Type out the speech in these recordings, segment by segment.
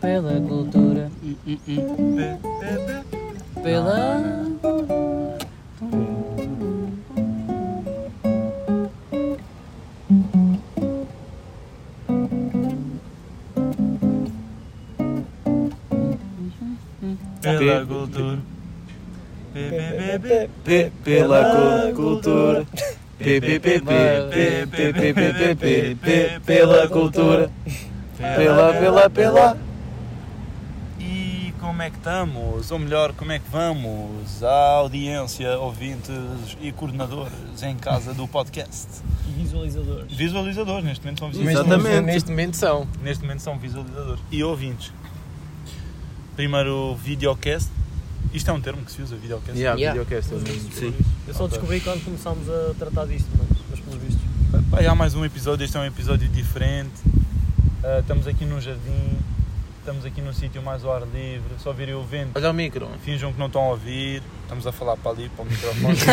pela cultura, pela. Pela cultura. P pela cu- cultura. P P P P P P P P P P P pela cultura. Pela pela pela. E como é que estamos? Ou melhor, como é que vamos? À audiência, ouvintes e coordenadores em casa do podcast. E visualizadores. Visualizadores, neste momento são Mas visualizadores. Exatamente. Neste momento são. Neste momento são visualizadores e ouvintes. Primeiro videocast. Isto é um termo que se usa, videocast. Yeah, Yeah. videocast. Sim. Eu só Ok. descobri quando começámos a tratar disto, mas, mas pelos vistos. Pá, há mais um episódio, este é um episódio diferente. Ah, estamos aqui num jardim, estamos aqui num sítio mais ao ar livre, só virem o vento. Olha o micro. Finjam que não estão a ouvir, estamos a falar para ali, para o microfone.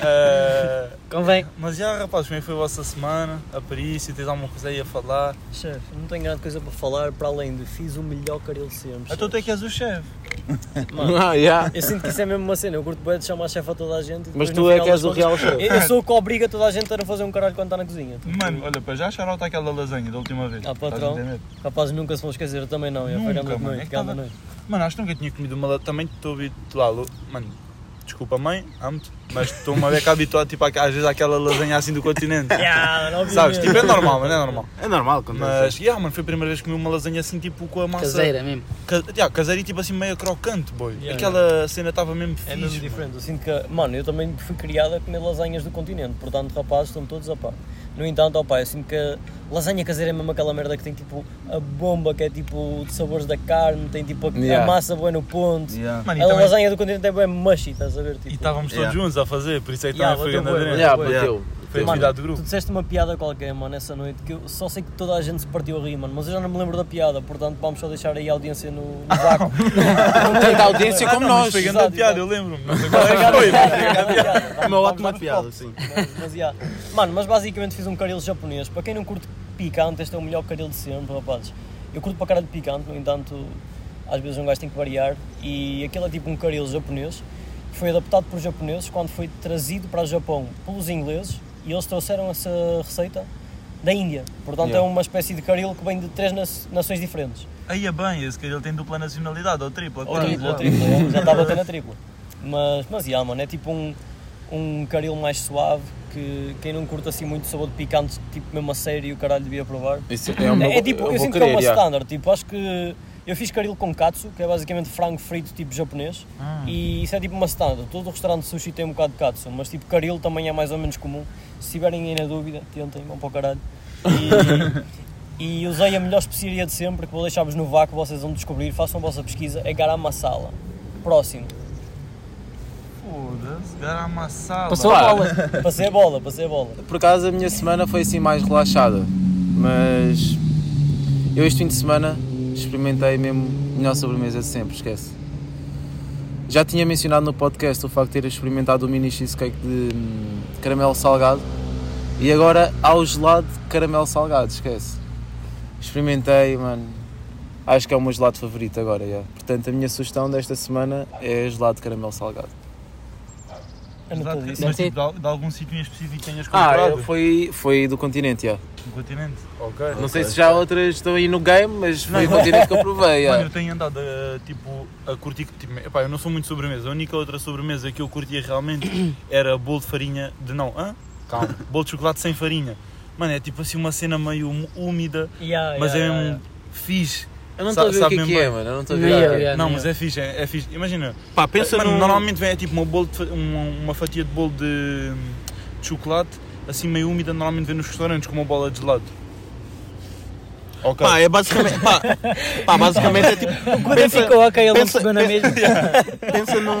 Ah, Convém. mas já, rapazes, como é que foi a vossa semana? A perícia, tens alguma coisa aí a falar? Chefe, não tenho grande coisa para falar para além de fiz o melhor caril sempre. Então tu é que és o chefe. chefe. Mano, Ah, yeah. eu sinto que isso é mesmo uma cena. Eu curto bem de chamar chefe a toda a gente. e Mas depois no tu é final que és das o contas- real show. Eu, eu sou o que obriga toda a gente a não fazer um caralho quando está na cozinha. Mano, olha, para já charota aquela lasanha da última vez. Ah, Estás a patrão. entender? Rapazes nunca se vão esquecer, eu também não. Eu Nunca, pegando de mano, é noite, que pegando tava- noite. Mano, acho que nunca tinha comido uma lasanha. Também estou habituado. Mano, desculpa, mãe, amo-te, mas estou uma beca habituado, tipo, àquela- às vezes àquela lasanha assim do continente. Yeah, não, Sabes? Tipo, é normal, mas não é normal. É normal quando Mas, yeah, mano, foi a primeira vez que comi uma lasanha assim, tipo, com a massa. Caseira mesmo. Ca- yeah, caseira e tipo assim, meio crocante, boy. Yeah, Aquela cena estava mesmo fixe. É mesmo mano. diferente. Eu sinto que, mano, eu também fui criado a comer lasanhas do continente, portanto, rapazes, estão todos a par. No entanto, ó pá, eu sinto que a lasanha caseira é mesmo aquela merda que tem tipo a bomba, que é tipo de sabores da carne, tem tipo a, a Yeah. massa boa no ponto. Yeah. Mano, e A também- lasanha do continente é bem mushy, estás a ver? Tipo, E estávamos todos Yeah. juntos a fazer, por isso aí Yeah, também foi bateu grande bué, adrenalina. Yeah, Pois, bateu. Foi Mano, atividade do Tu grupo. disseste uma piada qualquer, mano, essa noite, que eu só sei que toda a gente se partiu a rir, mano, mas eu já não me lembro da piada, portanto, vamos só deixar aí a audiência no, no vácuo. Tanta audiência não, como mas nós. Foi grande Exato, piada, exato. eu lembro-me. Não sei qual é que foi. Uma ótima piada, sim. Mas, mas, yeah. Mano, mas basicamente fiz um caril japonês. Para quem não curte picante, este é o melhor caril de sempre, rapazes. Eu curto para caralho de picante, no entanto, às vezes um gajo tem que variar. E aquele é tipo um caril japonês. que Foi adaptado por japoneses quando foi trazido para o Japão pelos ingleses e eles trouxeram essa receita da Índia. Portanto, Yeah. é uma espécie de caril que vem de três na- nações diferentes. Aí é bem, esse que ele tem dupla nacionalidade, ou tripla. Ou quase. triplo, ou triplo, é, já estava até na tripla. Mas, mas yeah, mano, é tipo um, um caril mais suave que quem não curta assim muito sabor de picante, tipo mesmo a sério, o caralho devia provar. Isso é uma é, é tipo, eu, vou sinto que é querer, uma yeah. standard, tipo, acho que eu fiz caril com katsu, que é basicamente frango frito tipo japonês, Ah. e isso é tipo uma standard. Todo o restaurante de sushi tem um bocado de katsu, mas tipo caril também é mais ou menos comum. Se tiverem aí na dúvida, tentem, vão para o caralho. E, e usei a melhor especiaria de sempre, que vou deixar-vos no vácuo, vocês vão descobrir, façam a vossa pesquisa, é garam masala. Próximo. Foda-se, cara amassado. Passou a aula. Passei a bola, passei a bola. Por acaso a minha semana foi assim mais relaxada, mas eu este fim de semana experimentei mesmo a melhor sobremesa de sempre, esquece. Já tinha mencionado no podcast o facto de ter experimentado o mini cheesecake de hum, caramelo salgado e agora ao gelado de caramelo salgado, esquece. Experimentei, mano. Acho que é o meu gelado favorito agora, já. Portanto, a minha sugestão desta semana é gelado de caramelo salgado. Exato, Anotadíssimo. Mas Deve tipo, de al- de algum sítio em específico tenhas Ah, comprado? foi, foi do continente, já. No continente? Ok. Não sei se já outras estão aí no game, mas foi o continente que eu provei. Mano, é. eu tenho andado a, tipo, a curtir. Tipo, epá, eu não sou muito sobremesa. A única outra sobremesa que eu curtia realmente era bolo de farinha de não. Hã? Calma. bolo de chocolate sem farinha. Mano, é tipo assim uma cena meio mu- úmida, Yeah, mas Ah, yeah, é yeah, mesmo fixe. Eu não estou a ver o Sabe que é que mesmo é, bem. mano. Eu não estou a Não, ver. o que é. Yeah, não, yeah. mas é fixe, é, é fixe. Imagina. Pá, pensa mano, num... normalmente vem é tipo uma, bolo de fa- um- uma fatia de bolo de, de chocolate, assim meio úmida, normalmente vem nos restaurantes com uma bola de gelado. Ok. Pá, é basicamente... Pá, pá, basicamente é tipo... Quando Pensa, ficou ok, ele não pensa- pegou na mesma. pensa num...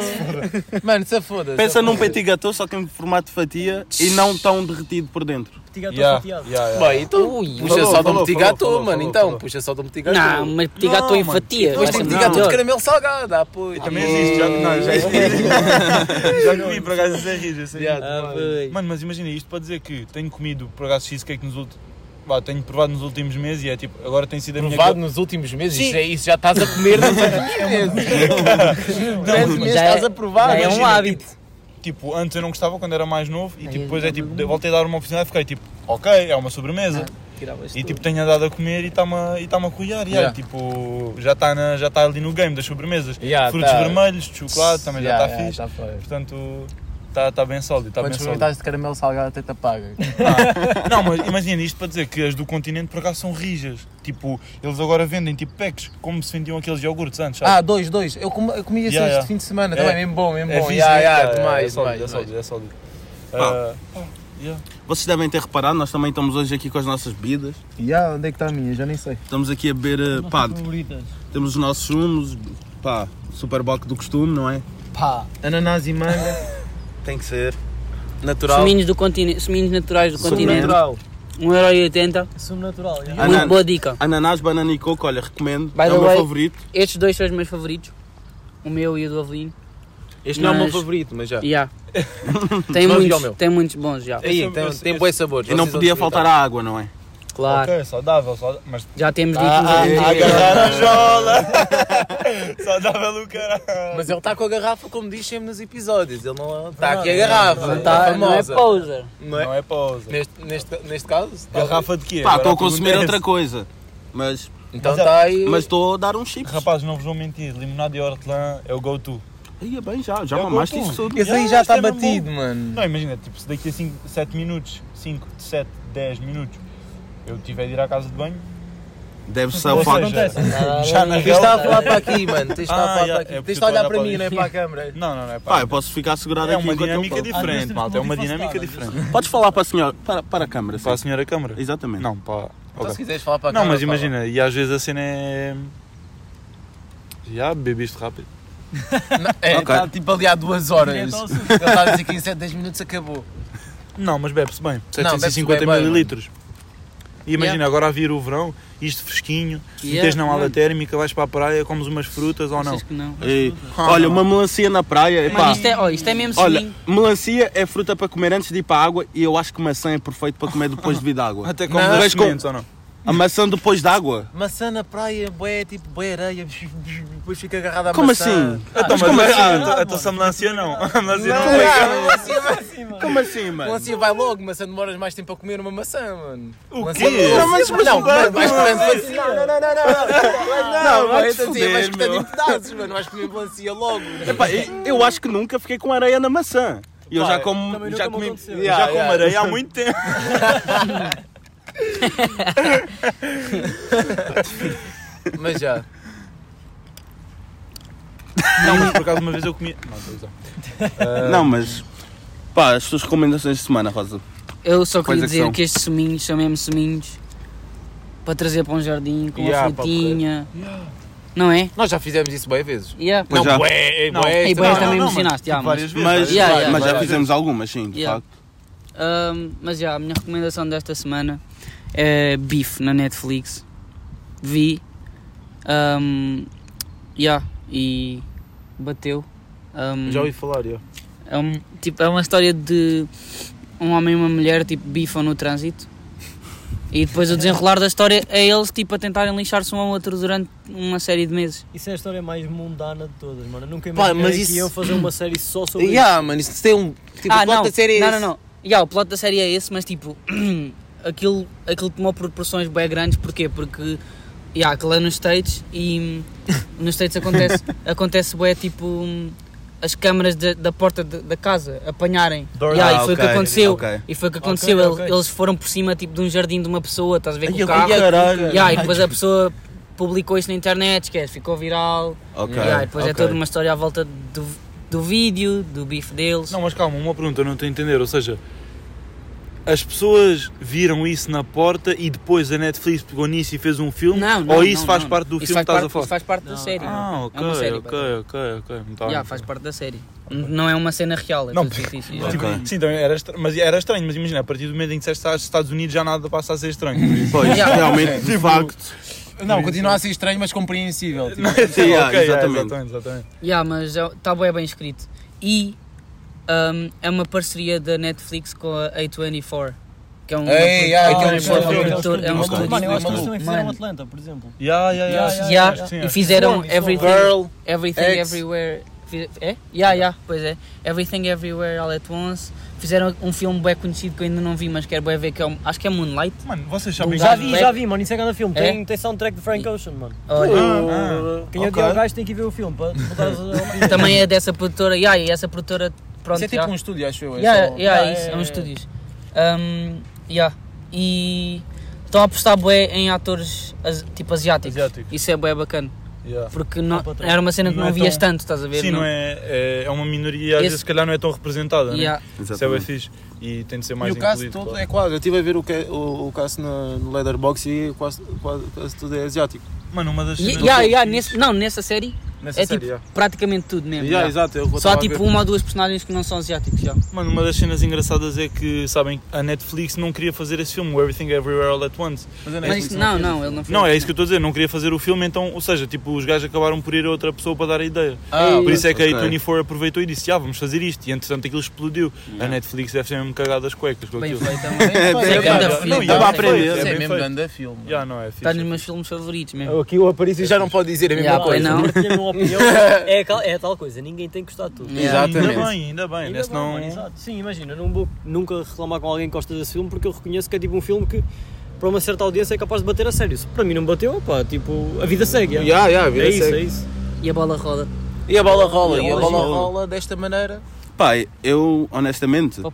Mano, se foda. Pensa num petit gâteau, só que em formato de fatia e não tão derretido por dentro. Tiga, estou Yeah, chateado. yeah, yeah. Bem, então Ui. puxa Falou, só do falou, metigato, falou, falou, mano. falou, então, falou. puxa só do metigato. Não, mas petit gâteau em mano. fatia. Depois Vai tem ser metigato melhor. de caramelo salgado. Ah, pois. Também existe, já, não, já existe. já comi, por acaso, isso é rir, isso é rir. Yeah. Ah, pois. Mano, mas imagina, isto para dizer que tenho comido, por acaso, cheesecake nos últimos... vá, tenho provado nos últimos meses e é tipo, agora tem sido a minha Provado nos últimos meses, Sim. isso, é- isso já estás a comer nos últimos meses. Não, mas meses já é- estás a provar. já é um imagina, hábito. Tipo, antes eu não gostava quando era mais novo e Aí tipo, eu depois já é tipo, não- voltei a dar uma oportunidade e fiquei tipo, ok, é uma sobremesa. Ah, E tipo, tenho andado a comer e está-me a, e tá-me a colher. e, Yeah. aí, tipo, já está já tá ali no game das sobremesas. Yeah, Frutos tá. vermelhos, de chocolate, também já tipo, está yeah, fixe. tá fora. Portanto, está tá bem sólido. Tá Quando bem sólido. Ah. experimentaste caramelo salgado até te apaga. Não, mas imagina isto para dizer que as do continente por acaso são rijas. Tipo, eles agora vendem tipo packs, como se vendiam aqueles iogurtes antes. sabe? Ah, dois, dois. Eu, com, eu comi assim Yeah, este yeah. fim de semana. É. Também, mesmo bom, mesmo é bom. fixe, Yeah, né? yeah, É, demais, é sólido, demais, é sólido, é sólido. Ah. Ah, yeah. Vocês devem ter reparado, nós também estamos hoje aqui com as nossas bebidas. Yeah, onde é que está a minha? Já nem sei. Estamos aqui a beber, eh, pá, Nossas favoritas. temos os nossos sumos, pá, super bock do costume, não é? Pá. Ananás e manga. Tem que ser. Natural. Seminhos, do continente, seminhos naturais do continente. Natural. 1,80€. Sumo natural, já. Ah, Muito não. boa dica. Ananás, banana e coco, olha, recomendo. By é the o meu way- favorito. Estes dois são os meus favoritos. O meu e o do Avelino. Este não é o meu Mas- favorito, mas já. Yeah. Tem, Mas e ao muitos, meu? tem muitos bons já. Aí, Esse- tem, É um- esse- tem esse- bons sabores. E não vocês podia vão faltar a água, não é? Claro. Ah, Ok, saudável, saudável. Mas Já temos dito Ah, os ah, outros. agarrar a jola! saudável o caralho! experimentar. Mas ele está com a garrafa, como diz sempre nos episódios. Ele não está aqui a garrafa. Não, é tá, não é famosa. poser. Não é? Não é pausa. Neste, neste, neste caso? tá. está- Garrafa de quê? Pá, Agora estou a pergunta consumir é outra essa. coisa. Mas Então está aí. mas estou a dar um chips. Rapaz, não vos vou mentir, limonada e hortelã é o go-to. Ia bem já, já É mamaste bom, isso tudo. Esse aí Ah, isto já está é mesmo batido, mano. Não, imagina, tipo, se daqui a 5, 7 minutos, 5, 7, 10 minutos, eu tiver de ir à casa de banho, Deve-se ou a foto. seja, já na Tens de estar a real... falar para aqui, mano. Tens de estar a Ah, falar já, para aqui. é porque Tens de tu olhar olha para para mim, não é ali. para a câmera. Não, não, não é pá. Pá, eu posso ficar segurado É aqui uma enquanto eu dinâmica falo. diferente, malta, é uma dinâmica diferente. Podes falar para a senhora, para, para a câmara. Para a sim. senhora câmara? Exatamente. Não, pá. Então ok. se quiseres falar para a Não, câmera, mas fala. imagina, e às vezes a cena é... Já, bebe isto rápido. É, Ok. está tipo ali há duas horas. Ele Direto tá ao assunto. está a dizer que em 7, 10 minutos acabou. Não, mas bebe-se bem. Não, bebe-se bem, 750 bem, mililitros. E imagina, agora a vir o verão, isto fresquinho, Yeah, metes na mala mano. térmica, vais para a praia, comes umas frutas ou não. Achas que não? Ei, olha, uma melancia na praia. epá. Mas isto é, ó, isto é mesmo Olha, swing. melancia é fruta para comer antes de ir para a água e eu acho que maçã é perfeito para comer depois de vir de água. Até Não, comes as mas com- é sementes ou não? Ah, A maçã depois de água? Maçã na praia, boé, tipo, boé areia, depois fica agarrada à Como maçã. assim? Então, mas como assim? A tua samelancia não. então, é, A melancia não. Como assim, mano? Melancia vai logo, maçã demoras mais tempo a comer uma maçã, mano. O Melancia- quê? Melancia- Não, mas- mas- não, mas- vais esperando melancia. Não, não, não, não, não. Não, vai vai te assim, vais fuder, cortando meu. em pedaços, mano. Vais comer melancia logo. Epá, eu- eu acho que nunca fiquei com areia na maçã. E Eu Pá, já como. também Já nunca me comi. aconteceu. Já Já como com areia. areia há muito tempo. Mas já. Não, mas por acaso uma vez eu comi. Não, estou a usar. Não, mas. Pá, as tuas recomendações de semana, Rosa. Eu só queria Coisa que dizer são. que, estes suminhos são mesmo suminhos para trazer para um jardim com Yeah, uma para frutinha. Não é? Nós já fizemos isso bem vezes. Yeah. Pois já. Bué, Não. bué, E também. depois não, É, também não, emocionaste, yeah, mas, Várias vezes. Mas, Yeah, yeah, mas já yeah. fizemos algumas, sim, de Yeah. facto. Ahm, mas já, a minha recomendação desta semana é Beef na Netflix. Vi. ahm, yeah, e bateu. Hum. Ahm, Já ouvi falar, já. É, um, tipo, é uma história de um homem e uma mulher tipo, bifam no trânsito. E depois o desenrolar da história é eles tipo, a tentarem lixar-se um ao outro durante uma série de meses. Isso é a história mais mundana de todas, mano. Eu nunca Pá, imaginei mas que isso- iam fazer uma série só sobre isso. Ah, Yeah, mano, isso tem um. Tipo, o plot Ah, não, da série é não, não, esse. não. Yeah, o plot da série é esse, mas tipo, aquilo, aquilo tomou proporções bem grandes, porquê? Porque yeah, aquilo é nos States e hum, nos States acontece, acontece bem tipo hum, as câmaras da- da porta de- da casa apanharem. Door- Yeah, Ah, e foi o ok, que aconteceu. ok. E foi o que aconteceu. Ok, ok. Ele- Eles foram por cima tipo, de um jardim de uma pessoa, estás a ver com Ai, o carro. ai, caralho. Yeah, e depois a pessoa publicou isso na internet, esquece, ficou viral. Ok. Yeah, e depois é ok. toda uma história à volta do, do vídeo, do bife deles. Não, mas calma, uma pergunta, eu não estou a entender. Ou seja, as pessoas viram isso na porta e depois a Netflix pegou nisso e fez um filme? Não, não, ou isso não, faz não. parte do Isso filme faz que estás a parte- falar? Isso faz parte da série. Ah, ok, é uma série, ok, ok, ok. Não tá Já, faz parte da série. Não é uma cena real, é Não, tudo fictício. Ok. Yeah. Sim, então era, estra- mas era estranho, mas imagina, a partir do momento em que disseste "Ah, Estados Unidos já nada passa a ser estranho. Pois, Yeah. realmente, de facto. Não, continua a ser estranho, mas compreensível. tipo. Sim, yeah, Ok, yeah, exatamente. exatamente, exatamente. Yeah, mas está bem, bem escrito. E hum, é uma parceria da Netflix com a A24. que é um. Ei, ah, é um aquele produtor- filme. é um produtor- é um Mas produtor. como Mano, eu acho Maluco. que eles também fizeram Mano. Atlanta, por exemplo. Yeah, yeah, yeah. Yeah, yeah, acho que sim, E acho que fizeram Swarm, Everything, Girl, everything X. Everywhere. fi- É? Yeah, yeah, pois é. Everything Everywhere All at Once. Fizeram um filme bem conhecido que eu ainda não vi, mas quero bem ver, que é um, acho que é Moonlight. Mano, vocês sabem Já Exato. vi, já vi, mano. Isso é cada filme. É? Tem, tem soundtrack de Frank Ocean, mano. Ah, Olha, Quem é Ok. okay. o gajo tem que ir ver o filme para botar as- também é dessa produtora. Yeah, e essa produtora. Pronto, Isso é já. tipo um estúdio, acho eu. é Yeah, só- yeah, Yeah, isso, yeah, é um yeah. estúdios. Um, yeah. E estão a apostar bué em atores as- tipo asiáticos. Asiáticos. Isso é bué bacana. Yeah. Porque não, Ah, pá, tá. era uma cena que Não não, é vias tão- tanto, estás a ver? Sim, não é, é, é uma minoria, às Esse- vezes se calhar não é tão representada, Yeah. né? Isso é bem fixe e tem de ser mais e o caso incluído, todo claro. é quase. Eu estive a ver o, que, o, o caso na- no Leatherbox e quase, quase, quase tudo é asiático. Mano, uma das E- cenas- yeah, yeah, nesse- não, nessa série Nessa é série, tipo yeah. praticamente tudo mesmo. yeah. Yeah, exato, eu vou- Só há tava a tipo ver. uma ou duas personagens que não são asiáticos. já. Mano, uma das cenas engraçadas é que, sabem, a Netflix não queria fazer esse filme, o Everything Everywhere All At Once. é Mas isso, não, não, ele não assim, fez. Não, é isso que eu estou a dizer, não queria fazer o filme, então, ou seja, tipo, os gajos acabaram por ir a outra pessoa para dar a ideia. Ah, Por isso é que ok. a A24 aproveitou e disse, ah, vamos fazer isto. E entretanto aquilo explodiu. A Netflix deve ser mesmo cagada as cuecas com Bem aquilo. feito, é Não, uma- é não, grande não, filme. dá é pra grande aprender. filme. É bem É mesmo feito. grande filme. Já não é fixe. Está tá nos meus filmes favoritos mesmo. Aqui o Aparício já não pode dizer a Ah, mesma Yeah, pois coisa. não. Partilhar uma opinião é, a cal- é a tal coisa, ninguém tem que gostar de tudo. Yeah. Exatamente. Ainda bem, ainda bem, Ainda né? bem, mano, Senão... exato. Sim, imagina, não vou nunca reclamar com alguém que gosta desse filme porque eu reconheço que é tipo um filme que para uma certa audiência é capaz de bater a sério. Se para mim não bateu, pá, tipo, a vida segue. é. Yeah, yeah, é vira isso, segue. é isso. E a bola roda. E a bola rola, e a E a bola bola rola desta maneira. Pai, eu honestamente Para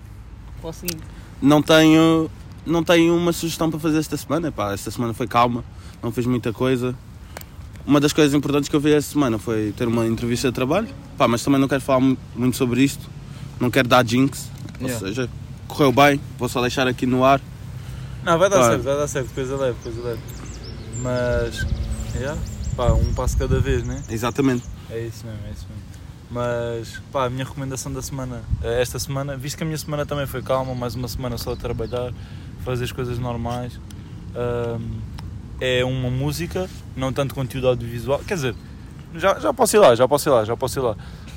o seguinte. não tenho, não tenho uma sugestão para fazer esta semana. Pá, esta semana foi calma, não fiz muita coisa. Uma das coisas importantes que eu fiz esta semana foi ter uma entrevista de trabalho. Pá, mas também não quero falar mu- muito sobre isto. Não quero dar jinx. Yeah. Ou seja, correu bem, vou só deixar aqui no ar. Não, vai dar Claro. certo, vai dar certo, coisa leve, coisa leve. Mas, yeah, pá, um passo cada vez, né? Exatamente. É isso mesmo, é isso mesmo. Mas, pá, a minha recomendação da semana, eh, esta semana, visto que a minha semana também foi calma, mais uma semana só a trabalhar, fazer as coisas normais, ahm, é uma música, não tanto conteúdo audiovisual, quer dizer, já, já posso ir lá, já posso ir lá, já posso ir lá.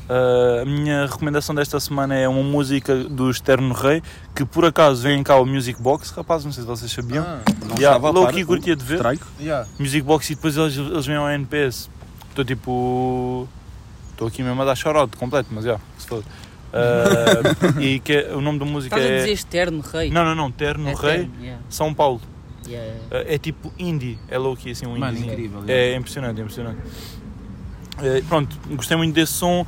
Ah, a minha recomendação desta semana é uma música do Externo Rei, que por acaso vem cá ao Music Box, rapaz, não sei se vocês sabiam. Ah, Não Yeah, estava a low par key com o curtia de ver. strike. yeah. Music Box e depois eles, eles vêm ao NPS. Estou tipo. Estou aqui mesmo a dar shoutout completo, mas já, que se foda. Ah, e que é- o nome da música Estás a é. dizer externo, rei. Não, não, não, Terno É Rei, externo, yeah, São Paulo. yeah. Ah, é tipo indie, é low key, assim, um Mano, indiezinho. incrível, É impressionante, é impressionante. Eh, pronto, gostei muito desse som.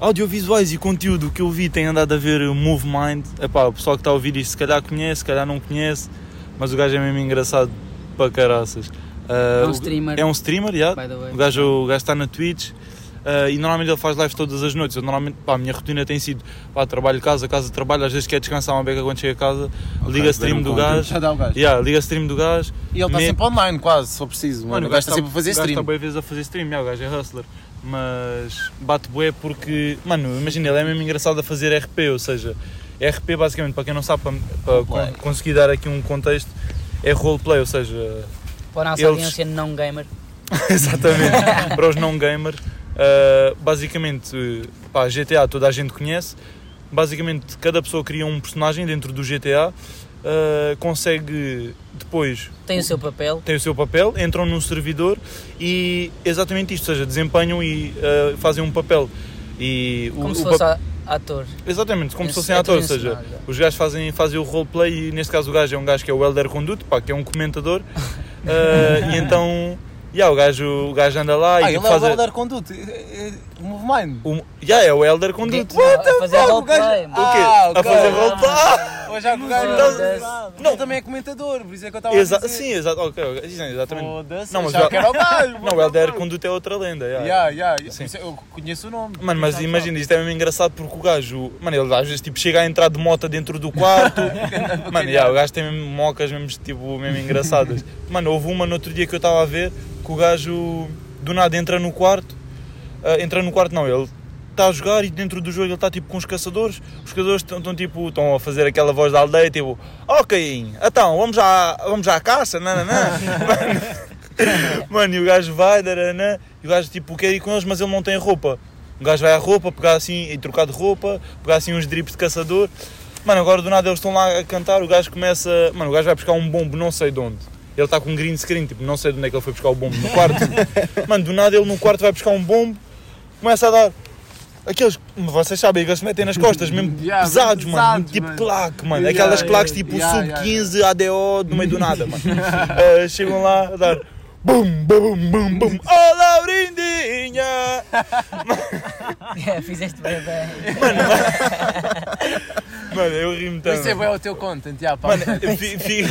Audiovisuais e conteúdo que eu vi tem andado a ver o Move Mind. Epá, o pessoal que está a ouvir isto se calhar conhece, se calhar não conhece, mas o gajo é mesmo engraçado para caraças. Ah, É um o- streamer. É um streamer, yeah. By the way. O gajo, o gajo está na Twitch eh, e normalmente ele faz lives todas as noites. Eu, normalmente, pá, a minha rotina tem sido pá, trabalho, casa, casa, trabalho. Às vezes quer descansar uma beca quando chega a casa, liga a stream deram do um gajo. Já dá o gajo. Yeah, liga a stream do gajo. E ele está Me- sempre online, quase, se for preciso. Mano, o gajo está sempre a fazer O gajo está stream. bué vezes a fazer stream, yeah, o gajo é hustler. Mas bate bué porque, mano, imagina, ele é mesmo engraçado a fazer RP, ou seja, RP basicamente, para quem não sabe, para, para con- conseguir dar aqui um contexto, é roleplay, ou seja, Para a nossa Eles- audiência não gamer. Exatamente. Para os não gamers, uh, basicamente, uh, pá, GTA toda a gente conhece. Basicamente, cada pessoa cria um personagem dentro do GTA, uh, consegue depois Tem o seu papel. tem o seu papel, entram num servidor e exatamente isto, ou seja, desempenham e uh, fazem um papel. E o- Como o se pa- fosse a- ator. Exatamente, como se Esse- fossem é tudo atores, ou seja, encenado, já. os gajos fazem, fazem o roleplay e neste caso o gajo é um gajo que é o Elder Conduto, pá, que é um comentador, uh, e então, yeah, o, gajo, o gajo anda lá Ah, e ele é tipo, faz o a- Elder Conduct. é- é- é- Move Mind. o, já é o Elder Conduto. a fazer roleplay. gajo- mano. O quê? Ah, a ok. Ah, fazer roleplay? Ou já que o gajo. Foda-se. Não, também é comentador, por isso é que eu estava a Exa dizer. sim, exato. ok, ok, sim, exatamente. Foda-se, Não, mas já o- que era o gajo. Não, o Elder Conduto é outra lenda. já. Yeah, yeah, yeah. Sim. Isso é- Eu conheço o nome. Mano, mas imagina, isto é mesmo engraçado porque o gajo, mano, ele às vezes tipo, chega a entrar de moto dentro do quarto. mano, yeah, o gajo tem mesmo mocas mesmo, tipo, mesmo engraçadas. Mano, houve uma no outro dia que eu estava a ver que o gajo do nada entra no quarto. ah, entra no quarto, não, ele está a jogar e dentro do jogo ele está tipo com os caçadores. Os caçadores estão tipo, estão a fazer aquela voz da aldeia, tipo, ó Caim, então vamos à, vamos à caça, nananã. Mano, e o gajo vai, daranã, e o gajo tipo quer ir com eles, mas ele não tem roupa. O gajo vai à roupa, pegar assim, e trocar de roupa, pegar assim uns drips de caçador. Mano, agora do nada eles estão lá a cantar, o gajo começa. Mano, o gajo vai buscar um bombo não sei de onde. Ele está com um green screen, tipo, não sei de onde é que ele foi buscar o bombo no quarto. Mano, do nada ele no quarto vai buscar um bombo, começa a dar. Aqueles, vocês sabem, que eles se metem nas costas, mesmo Yeah, pesados, bem mano. pesados, tipo mano. claque, mano. Yeah, Aquelas yeah, claques tipo yeah, yeah, sub-15, ADO, no meio do nada, mano. Eh, chegam lá a dar. Bum, bum, bum, bum. Oh, Laurindinha! Fizeste bem, bem. Mano, eu ri-me tanto. Esse é bem o teu content, já, pá. Mano, eu fi- fi- fi-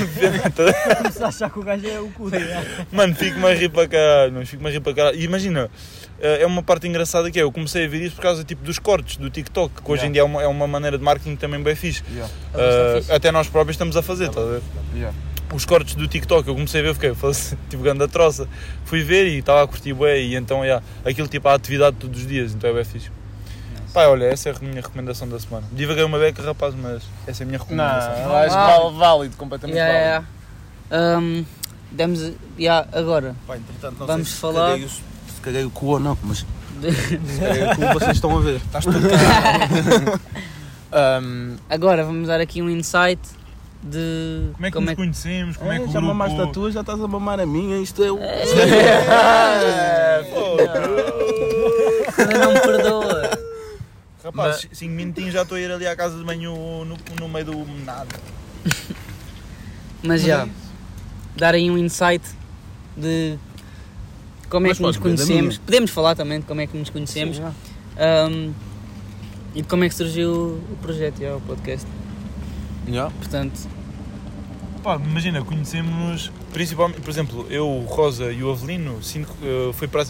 Começar a achar que o gajo é o cu, tá ligado? mano, fico-me a rir para caralho, mano, fico-me a rir para caralho. E imagina, eh, é uma parte engraçada que é, eu comecei a ver isso por causa tipo, dos cortes do TikTok, que hoje em dia é uma, é uma maneira de marketing também bem fixe. Yeah. Eh, até nós próprios estamos a fazer, Tá estás a ver? Yeah. Os cortes do TikTok, eu comecei a ver, fiquei, fosse, tipo, grande troça. Fui ver e estava a curtir bem, e então, yeah, aquilo tipo, a atividade todos os dias, então é bem fixe. Pá, olha, essa é a minha recomendação da semana. Divaguei uma beca, rapaz, mas essa é a minha Não, Ah. recomendação. eu acho que vale- válido, completamente Yeah, válido. yeah, yeah. Um, demos. Yeah, agora. Pá, entretanto, não Vamos sei se falar- Caguei os- se caguei o cu ou não, mas. se caguei o cu, vocês estão a ver. Estás tudo. Ahm, Agora vamos dar aqui um insight de. Como é que nos conhecemos? Como é que o já grupo... mamaste a tua, já estás a mamar a minha. Isto é o. Ela não me perdoa. Rapaz, 5 minutinhos já estou a ir ali à casa de banho no, no meio do nada. Mas já. Dar aí um insight de. Como Mas é que nos pode ver da conhecemos. minha. Podemos falar também de como é que nos conhecemos. Um, e de como é que surgiu o projeto, já, o podcast. yeah. Portanto, Pá, imagina, conhecemos principalmente, por exemplo, eu, o Rosa e o Avelino, sinto que, eh, foi pra,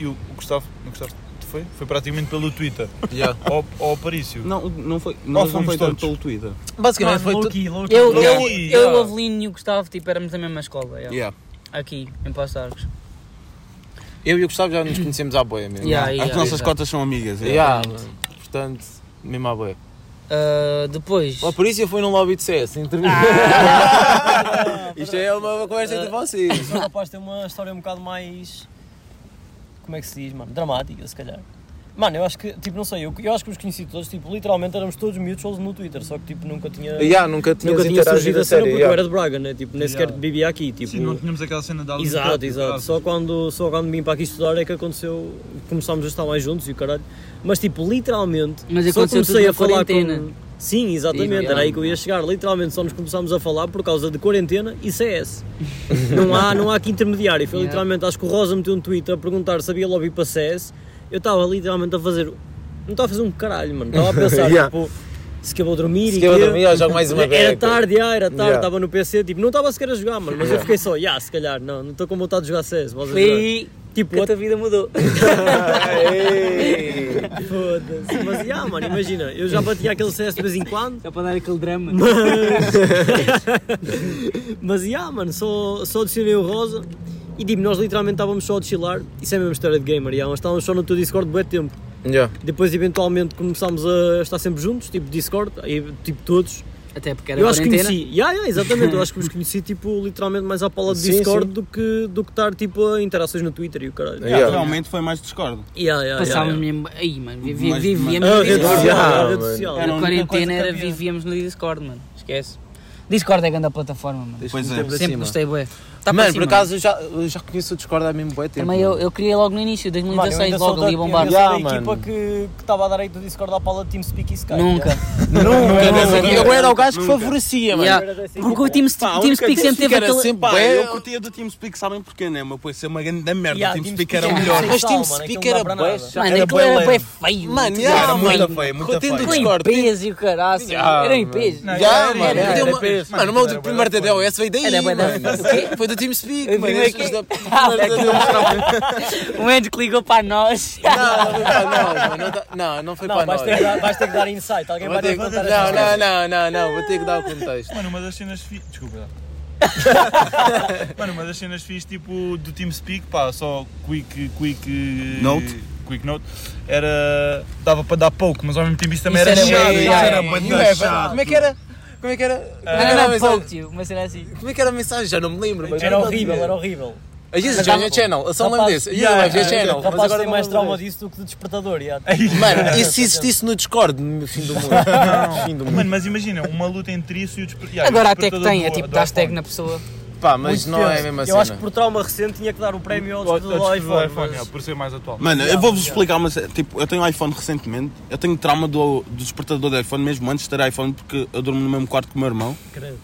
e o o Gustavo, não Gustavo, foi? Foi praticamente pelo Twitter, Yeah. ao, ao Aparício. Não, não foi. Nós não fomos foi tanto todos. pelo Twitter. Basicamente Mano, foi tudo. low-key, low-key. eu, Yeah. eu, Yeah. eu, o Avelino e o Gustavo tipo, éramos da mesma escola. já. Yeah. Aqui, em Passo de Arcos. Eu e o Gustavo já nos conhecemos à boia mesmo. Yeah, As yeah, nossas yeah. cotas são amigas. é. Yeah, mano. Portanto, mesmo à boia. Ah, depois. Lá por isso eu fui num lobby de CS, entrevista. Isto é uma conversa entre vocês. Mas o rapaz tem uma história um bocado mais. Como é que se diz, mano? Dramática, se calhar. Mano, eu acho que, tipo, não sei, eu, eu acho que os conheci todos, tipo, literalmente éramos todos mutuals no Twitter, só que, tipo, nunca tinha. yeah, nunca Nunca tínhamos tinha interagido surgido a a cena sério. porque eu yeah. era de Braga, né? Tipo, nem sequer vivia aqui, tipo. Sim, não tínhamos aquela cena da ali um no Exato, teatro, exato. caralho. Só quando, só quando vim para aqui estudar é que aconteceu. Começámos a estar mais juntos e o caralho. Mas tipo, literalmente, Mas só aconteceu comecei tudo a na falar quarentena. com. Sim, exatamente, E- era aí que eu ia chegar. Literalmente só nos começámos a falar por causa de quarentena e CS. não, há, não há aqui intermediário. Foi Yeah. literalmente, acho que o Rosa meteu um tweet a perguntar se havia lobby para CS. Eu estava literalmente a fazer. Não estava a fazer um caralho, mano. Estava a pensar, Yeah. tipo, se que eu vou dormir Se e que eu quê? dormia, eu jogo mais uma Era beca. tarde, ah, era tarde, Yeah. estava no PC, tipo, não estava sequer a jogar, mano, mas eu fiquei só, yeah, se calhar, não, não estou com vontade de jogar CS, vou Foi jogar. aí Tipo, que a what tua vida mudou. the foda-se, mas yeah, mano, imagina, eu já batia aquele CS de vez em quando, É para dar aquele drama. mas yeah, mano, só, só adicionei o Rosa e tipo, nós literalmente estávamos só a chilar, isso é mesmo história de gamer, yeah, nós estávamos só no teu Discord bué tempo. Yeah. Depois eventualmente começámos a estar sempre juntos, tipo Discord, aí, tipo todos. Até porque era Eu acho que quarentena. conheci, yeah, yeah, exatamente, eu acho que vos conheci tipo literalmente mais à pala do Sim, Discord sim. do que do que estar tipo a interações no Twitter e o caralho. Yeah. Realmente foi mais discordo. Yeah, yeah, Passávamos yeah, yeah. mesmo. Aí, mano, vivi- Mas- vivíamos Ah, no rede Discord. Yeah, social, rede mano. social. Era A única coisa quarentena que era havia. vivíamos no Discord, mano. Esquece. Discord é grande a plataforma, mano. Pois é. Para Sempre cima. gostei, bué. Tá para Mano, cima. por acaso eu já, eu já conheço o Discord há mesmo bué tempo. Também eu, eu queria logo no início, 2016, logo ali a bombar. Yeah, da equipa mano. que que estava a dar aí do Discord à pala de TeamSpeak e Skype. Nunca. Nunca, nunca. nunca. Eu era o gajo que favorecia, mano. Yeah. Porque o Team, Pá, a Team única Speak É sempre teve que era aquele. sempre Pá, bué- eu curtia do TeamSpeak, sabem porquê, né? Mas pois ser uma grande merda. Yeah, o TeamSpeak TeamSpeak era é- melhor. Mas Sal, Team mano, Speak aquilo era não dá para bué nada. chato. Mano, aquilo era bué bem lento. feio. Mano, yeah, yeah, mano. muito feio, muito Contente feio. do Com Discord. IPs e o caraço. Yeah, Eram mano. IPs. Não, Já, Era, mano. era, eu dei uma- era, Mano, o meu era, primeiro era, TDOS veio daí, Era bué da- mano. O quê? Foi do TeamSpeak, Eu mano. primeiro esses que- da- primeiro TDOS. O Andy que Um ligou para nós. Não, não foi para nós, mano. Não tá- Não, não foi Não, para vais nós. ter, que dar, vais ter que dar insight, alguém Vou vai ter ter- que Não, contar essa história. não, não, não, não. Vou ter que dar o contexto. Mano, uma das cenas fi... Desculpa. já. Mano, uma das cenas fixe, tipo, do TeamSpeak, pá, só quick... quick eh, Note. Quick note. Era... Dava para dar pouco, mas ao mesmo tempo isso também Isso era era chato. bué Isso chato. era bué Não é, chato. Como é que era? Como é que era? Como é que Não era a era mensagem? pouco, tio. Mas era assim. Como é que era a mensagem? Já não me lembro. mas Era não horrível, tinha. era horrível. A Jesus Junior Channel, eu só me lembro desse. Yeah, Yeah, yeah, yeah, é Channel. Rapaz, Mas agora tem não mais me lembro trauma desse. disso do que do despertador. Yeah. Mano, isso se existisse no Discord, no fim do mundo. Fim do mundo. Mano, mas imagina, uma luta entre isso e o despertador. Agora até que tem, é tipo, dás tag na pessoa. Pá, mas Muito não é tenso. a mesma Eu cena. acho que por trauma recente tinha que dar o prémio ao despertador do iPhone. mas- Por ser mais atual. Mano, eu Yeah, vou-vos yeah. explicar uma cena. Tipo, eu tenho iPhone recentemente. Eu tenho trauma do, do despertador do iPhone mesmo antes de ter iPhone porque eu durmo no mesmo quarto que o meu irmão. Credo.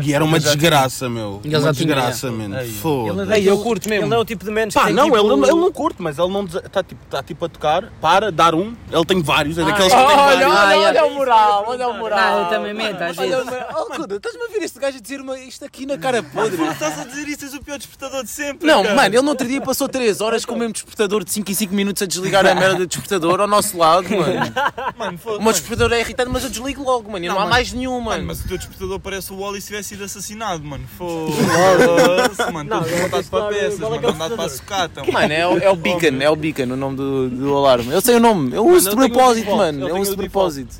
E era uma Exato. desgraça, meu. Ele já Uma tinha, desgraça, é. mano. Aí. Foda. daquele- eu curto mesmo. Ele é o tipo de menos que Pá, tem não, tipo... ele, um- ele não curte, mas ele não está tipo, tá, tipo a tocar, para, dar um, ele tem vários, é daqueles que tem vários. Ah. olha o moral, olha o Não, eu também tá mento, às Olha, vezes. mano, oh, Cuda, estás-me a ver este gajo a dizer uma, isto aqui na cara podre? Estás a dizer isso, és o pior despertador de sempre. Não, cara. mano, ele no outro dia passou 3 horas com o mesmo despertador de 5 em 5 minutos a desligar a merda do despertador ao nosso lado, mano. Mano, O foda-se. meu despertador é irritante, mas eu desligo logo, mano. E não, há mais nenhum, Mano, mano. mas o teu despertador parece o Wally se tivesse sido assassinado, mano. Foda-se, mano. Não, Todo eu vou montado para testar, peças, qual é mano. que é o Andado para a sucata, mano. Mano, é, o- é o Beacon, é o Beacon o nome do, do alarme. Eu sei o nome, eu uso de eu tenho o propósito, default, mano. eu Eu um tenho uso de o default. propósito.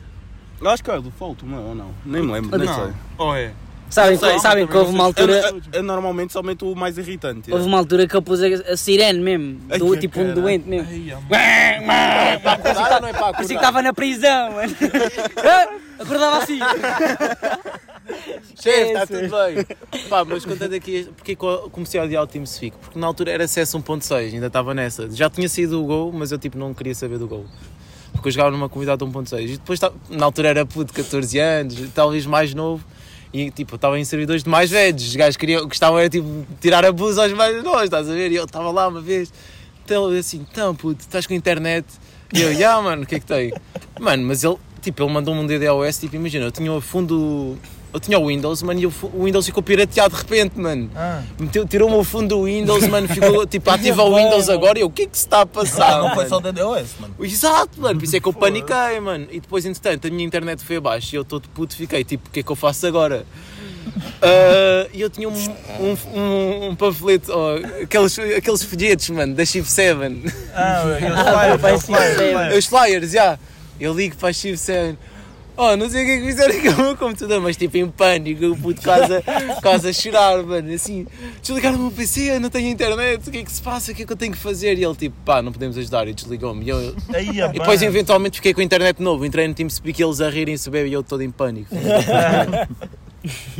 Eu acho que é do Fault, mano, ou não? Nem me lembro, nem sei. Não, ou é? Sabem, Sei, sabem que também houve uma não sei. altura. Eu, eu normalmente somente o mais irritante. é. Houve uma altura que eu pus a, a sirene mesmo, Ai, do, que tipo um cara. doente mesmo. Ai, amor. Acordar ou não é Parecia que para acordar? estava na prisão, mano. Ah, Acordava assim. Chefe, está tá tudo bem. Pá, mas contando aqui, porque que eu comecei a odiar o Team Speak? Porque na altura era CS 1.6, ainda estava nessa. Já tinha saído o gol, mas eu tipo não queria saber do gol. Porque eu jogava numa comunidade 1.6. E depois, ta- na altura era puto, 14 anos, talvez mais novo. E tipo, eu estava em servidores de mais velhos. Os gajos queriam, gostavam era tipo tirar abuso aos mais novos, estás a ver? E eu estava lá uma vez. Então, eu assim, então puto, estás com internet? E eu, já mano, o que é que tem? Mano, mas ele, tipo, ele mandou-me um DDoS, tipo, imagina, eu tinha o fundo eu tinha o Windows, mano, e o fu- o Windows ficou pirateado de repente, mano. Ah. Meteu- Tirou-me o fundo do Windows, mano, ficou tipo, ativa o Windows agora e eu, o que é que se está a passar? Ah, Não foi mano? só DDoS, mano. Exato, mano, por isso é que eu paniquei, mano. E depois, entretanto, a minha internet foi abaixo e eu todo puto fiquei, tipo, o que é que eu faço agora? Ah, E eu tinha um, um, um, um panfleto, oh, aqueles, aqueles folhetos, mano, da Chief 7. Ah, aqueles flyers, aqueles flyers. Os flyers, já. Eu ligo para a Chief 7. Oh, não sei o que é que fizeram com o meu computador, mas tipo em pânico, eu puto quase, a- quase a chorar, mano. Assim, desligaram o meu PC, eu não tenho internet, o que é que se passa, o que é que eu tenho que fazer? E ele tipo, pá, não podemos ajudar, e desligou-me. E eu- Aí, e depois mano. eventualmente fiquei com a internet de novo, entrei no TeamSpeak e eles a rirem-se bem e eu todo em pânico.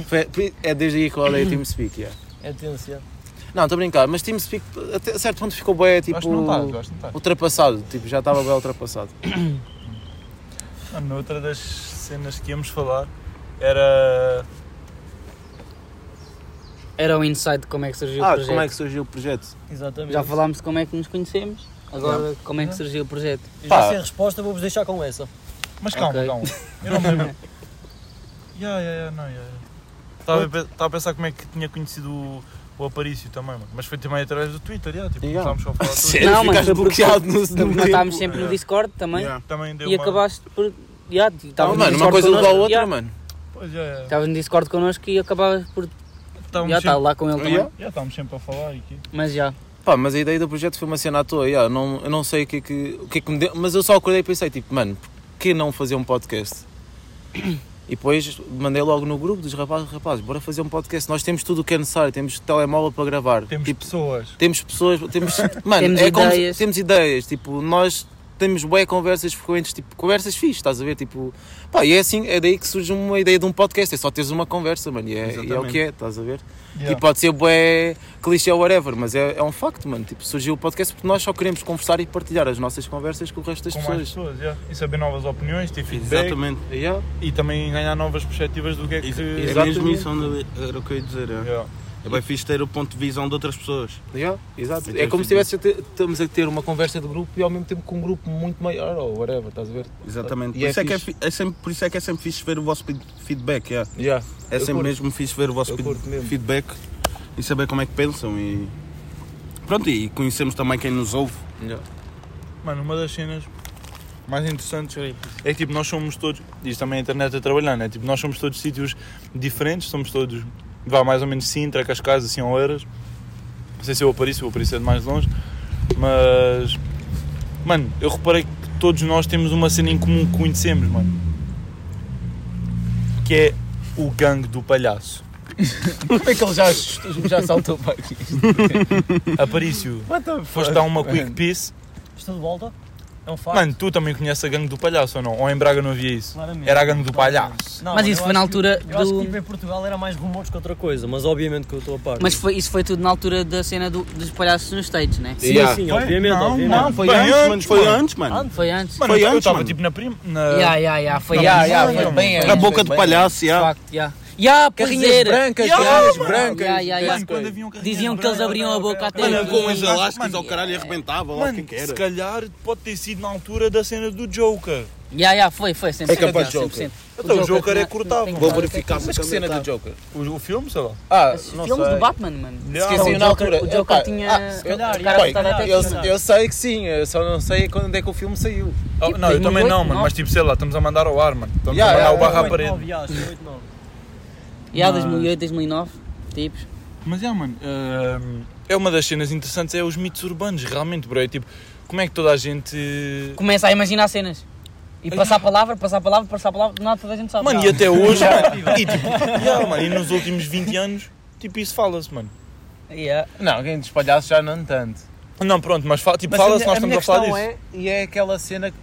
Foi- foi- é desde aí que eu odeio TeamSpeak, yeah. É tenso, yeah. Não, estou a brincar, mas TeamSpeak até certo ponto ficou bem, tipo, Acho que não estás, acho que não estás. ultrapassado, tipo, já estava bem ultrapassado. Mano, outra das cenas que íamos falar era. Era o insight de como é que surgiu o Ah, projeto. como é que surgiu o projeto? Exatamente. Já falámos de como é que nos conhecemos, agora como é que surgiu o projeto. Eu Pá. Já sem resposta, vou-vos deixar com essa. Mas calma, Ok. calma. Eu não me lembro. Ya, ya, ya, não, ya, ya. Estava a pe- Estava a pensar como é que tinha conhecido o, o Aparício também, mano. Mas foi também através do Twitter, ya, tipo, Ya. começámos só a falar tudo. Sério, Não, mas ficaste foi porque- bloqueado no, no Porque nós tempo. estávamos sempre no Yeah. Discord também Yeah. Também deu e uma... acabaste por. Yeah, Não, estavas no mano, uma Discord coisa leva à connosco, outra, yeah. mano. Pois, ya, ya. Estavas no Discord connosco e acabavas por. Já Estávamos está sempre... tá lá com ele também. Yeah. ya, estávamos sempre a falar aqui. Mas já. Pá, mas a ideia do projeto foi uma cena à toa, yeah, não, eu não sei o que é que, o que, é que me deu, mas eu só acordei e pensei, tipo, mano, por que não fazer um podcast? E depois mandei logo no grupo dos rapazes, rapazes, bora fazer um podcast, nós temos tudo o que é necessário, temos telemóvel para gravar, Temos tipo, pessoas. temos pessoas, temos, mano, Temos é como se- ideias. temos ideias, tipo, nós temos bué conversas frequentes, tipo, conversas fixas, estás a ver, tipo, pá, e é assim, é daí que surge uma ideia de um podcast, é só teres uma conversa, mano, e é, e é o Exatamente. que é, estás a ver? Ya. E pode ser bué clichê ou whatever, mas é, é um facto, mano. Tipo, surgiu o podcast porque nós só queremos conversar e partilhar as nossas conversas com o resto das com mais pessoas. pessoas, ya. e saber novas opiniões, ter feedback Exatamente. Yeah. e também ganhar novas perspectivas do que é que. É Exatamente. mesmo isso onde eu- era o que eu ia dizer. É. Yeah. É bem fixe ter o ponto de visão de outras pessoas. Yeah, exato. Então, É como se fica- tivesse a ter, estamos a ter uma conversa de grupo e ao mesmo tempo com um grupo muito maior ou whatever, estás a ver? Exatamente. E Por, é isso é que é, fixe. fi- é sempre, por isso é que é sempre fixe ver o vosso feed- feedback. É, Yeah. é sempre mesmo fixe ver o vosso Eu feed- curto mesmo. feedback e saber como é que pensam. E pronto, e conhecemos também quem nos ouve. Yeah. Mano, uma das cenas mais interessantes é que tipo, nós somos todos, isto também a internet a trabalhar, né? Tipo, nós somos todos de sítios diferentes, somos todos, vá mais ou menos Sintra, Cascais, assim, Oeiras. Não sei se eu apareço, eu apareço é de mais longe, mas. Mano, eu reparei que todos nós temos uma cena em comum que conhecemos, mano. Que é o gangue do palhaço. Como é que ele já, já saltou para aqui? Aparício, What the fuck? foste dar uma quick mano? piece. Estou de volta. É um facto. Mano, tu também conheces a gangue do palhaço ou não? Ou em Braga não havia isso? Claramente. Era a gangue do palhaço. Não, Mas mano, isso eu foi na acho que- altura Eu acho do- que tipo, em Portugal era mais rumores que outra coisa, mas obviamente que eu estou a par. Mas foi- isso foi tudo na altura da cena do- dos palhaços nos States, né? Sim, Yeah. sim, obviamente, Não, obviamente. Não, foi Bem antes, antes, mano. Foi mano. antes, mano. Antes. Foi antes. Mano, Foi eu antes, estava mano. tipo na prima. Na... Ya, ya, ya, foi Não, antes. mas- Ya, ya, foi bem Foi A antes, boca foi de bem palhaço, De já. facto, ya. Ya, para Carrinhas dizer. brancas, Ya, é? carrinhas mano. brancas. Ya, ya, ya. Mano, quando um haviam carrinhas Diziam que brancas- eles abriam a boca até. Mano, com Mano, as elásticas mano. ao caralho e arrebentava lá o que Mano, que se era. calhar pode ter sido na altura da cena do Joker. Ya, ya, foi, foi, assim, 100%. É capaz de ya, Joker. 100%. Então, o Joker é tem- cortável. tem- Vou tem- verificar. Mas que cena do Joker? O, o filme, sei lá. Ah, Esses não filmes sei. do Batman, mano. Não. Esqueci o na Joker- altura. o Joker tinha- Ah, se eu, calhar, eu- já, bem, se calhar até eu, tinha. eu sei que sim, eu só não sei quando é que o filme saiu. Oh, Tipo, não, eu também 2008, não, mano. não? Mas tipo, sei lá, estamos a mandar ao ar, mano. Estamos Ya, É a mandar ya, o barro ya. à parede. Ya, Mas- 2008, 2009, tipos. Mas é, mano, hum, é uma das cenas interessantes, é os mitos urbanos, realmente, bro. É tipo, como é que toda a gente. Começa a imaginar cenas. E passar a palavra, passar a palavra, passar a palavra, nada toda a gente sabe. Mano, e até hoje, mano, e, tipo, yeah, mano, e nos últimos 20 anos, tipo, isso fala-se, mano. Ya. Não, alguém dos palhaços já não tanto. Não, pronto, mas fala, tipo, Mas a fala-se, minha- nós a estamos minha a falar disso. questão É, e é aquela cena que.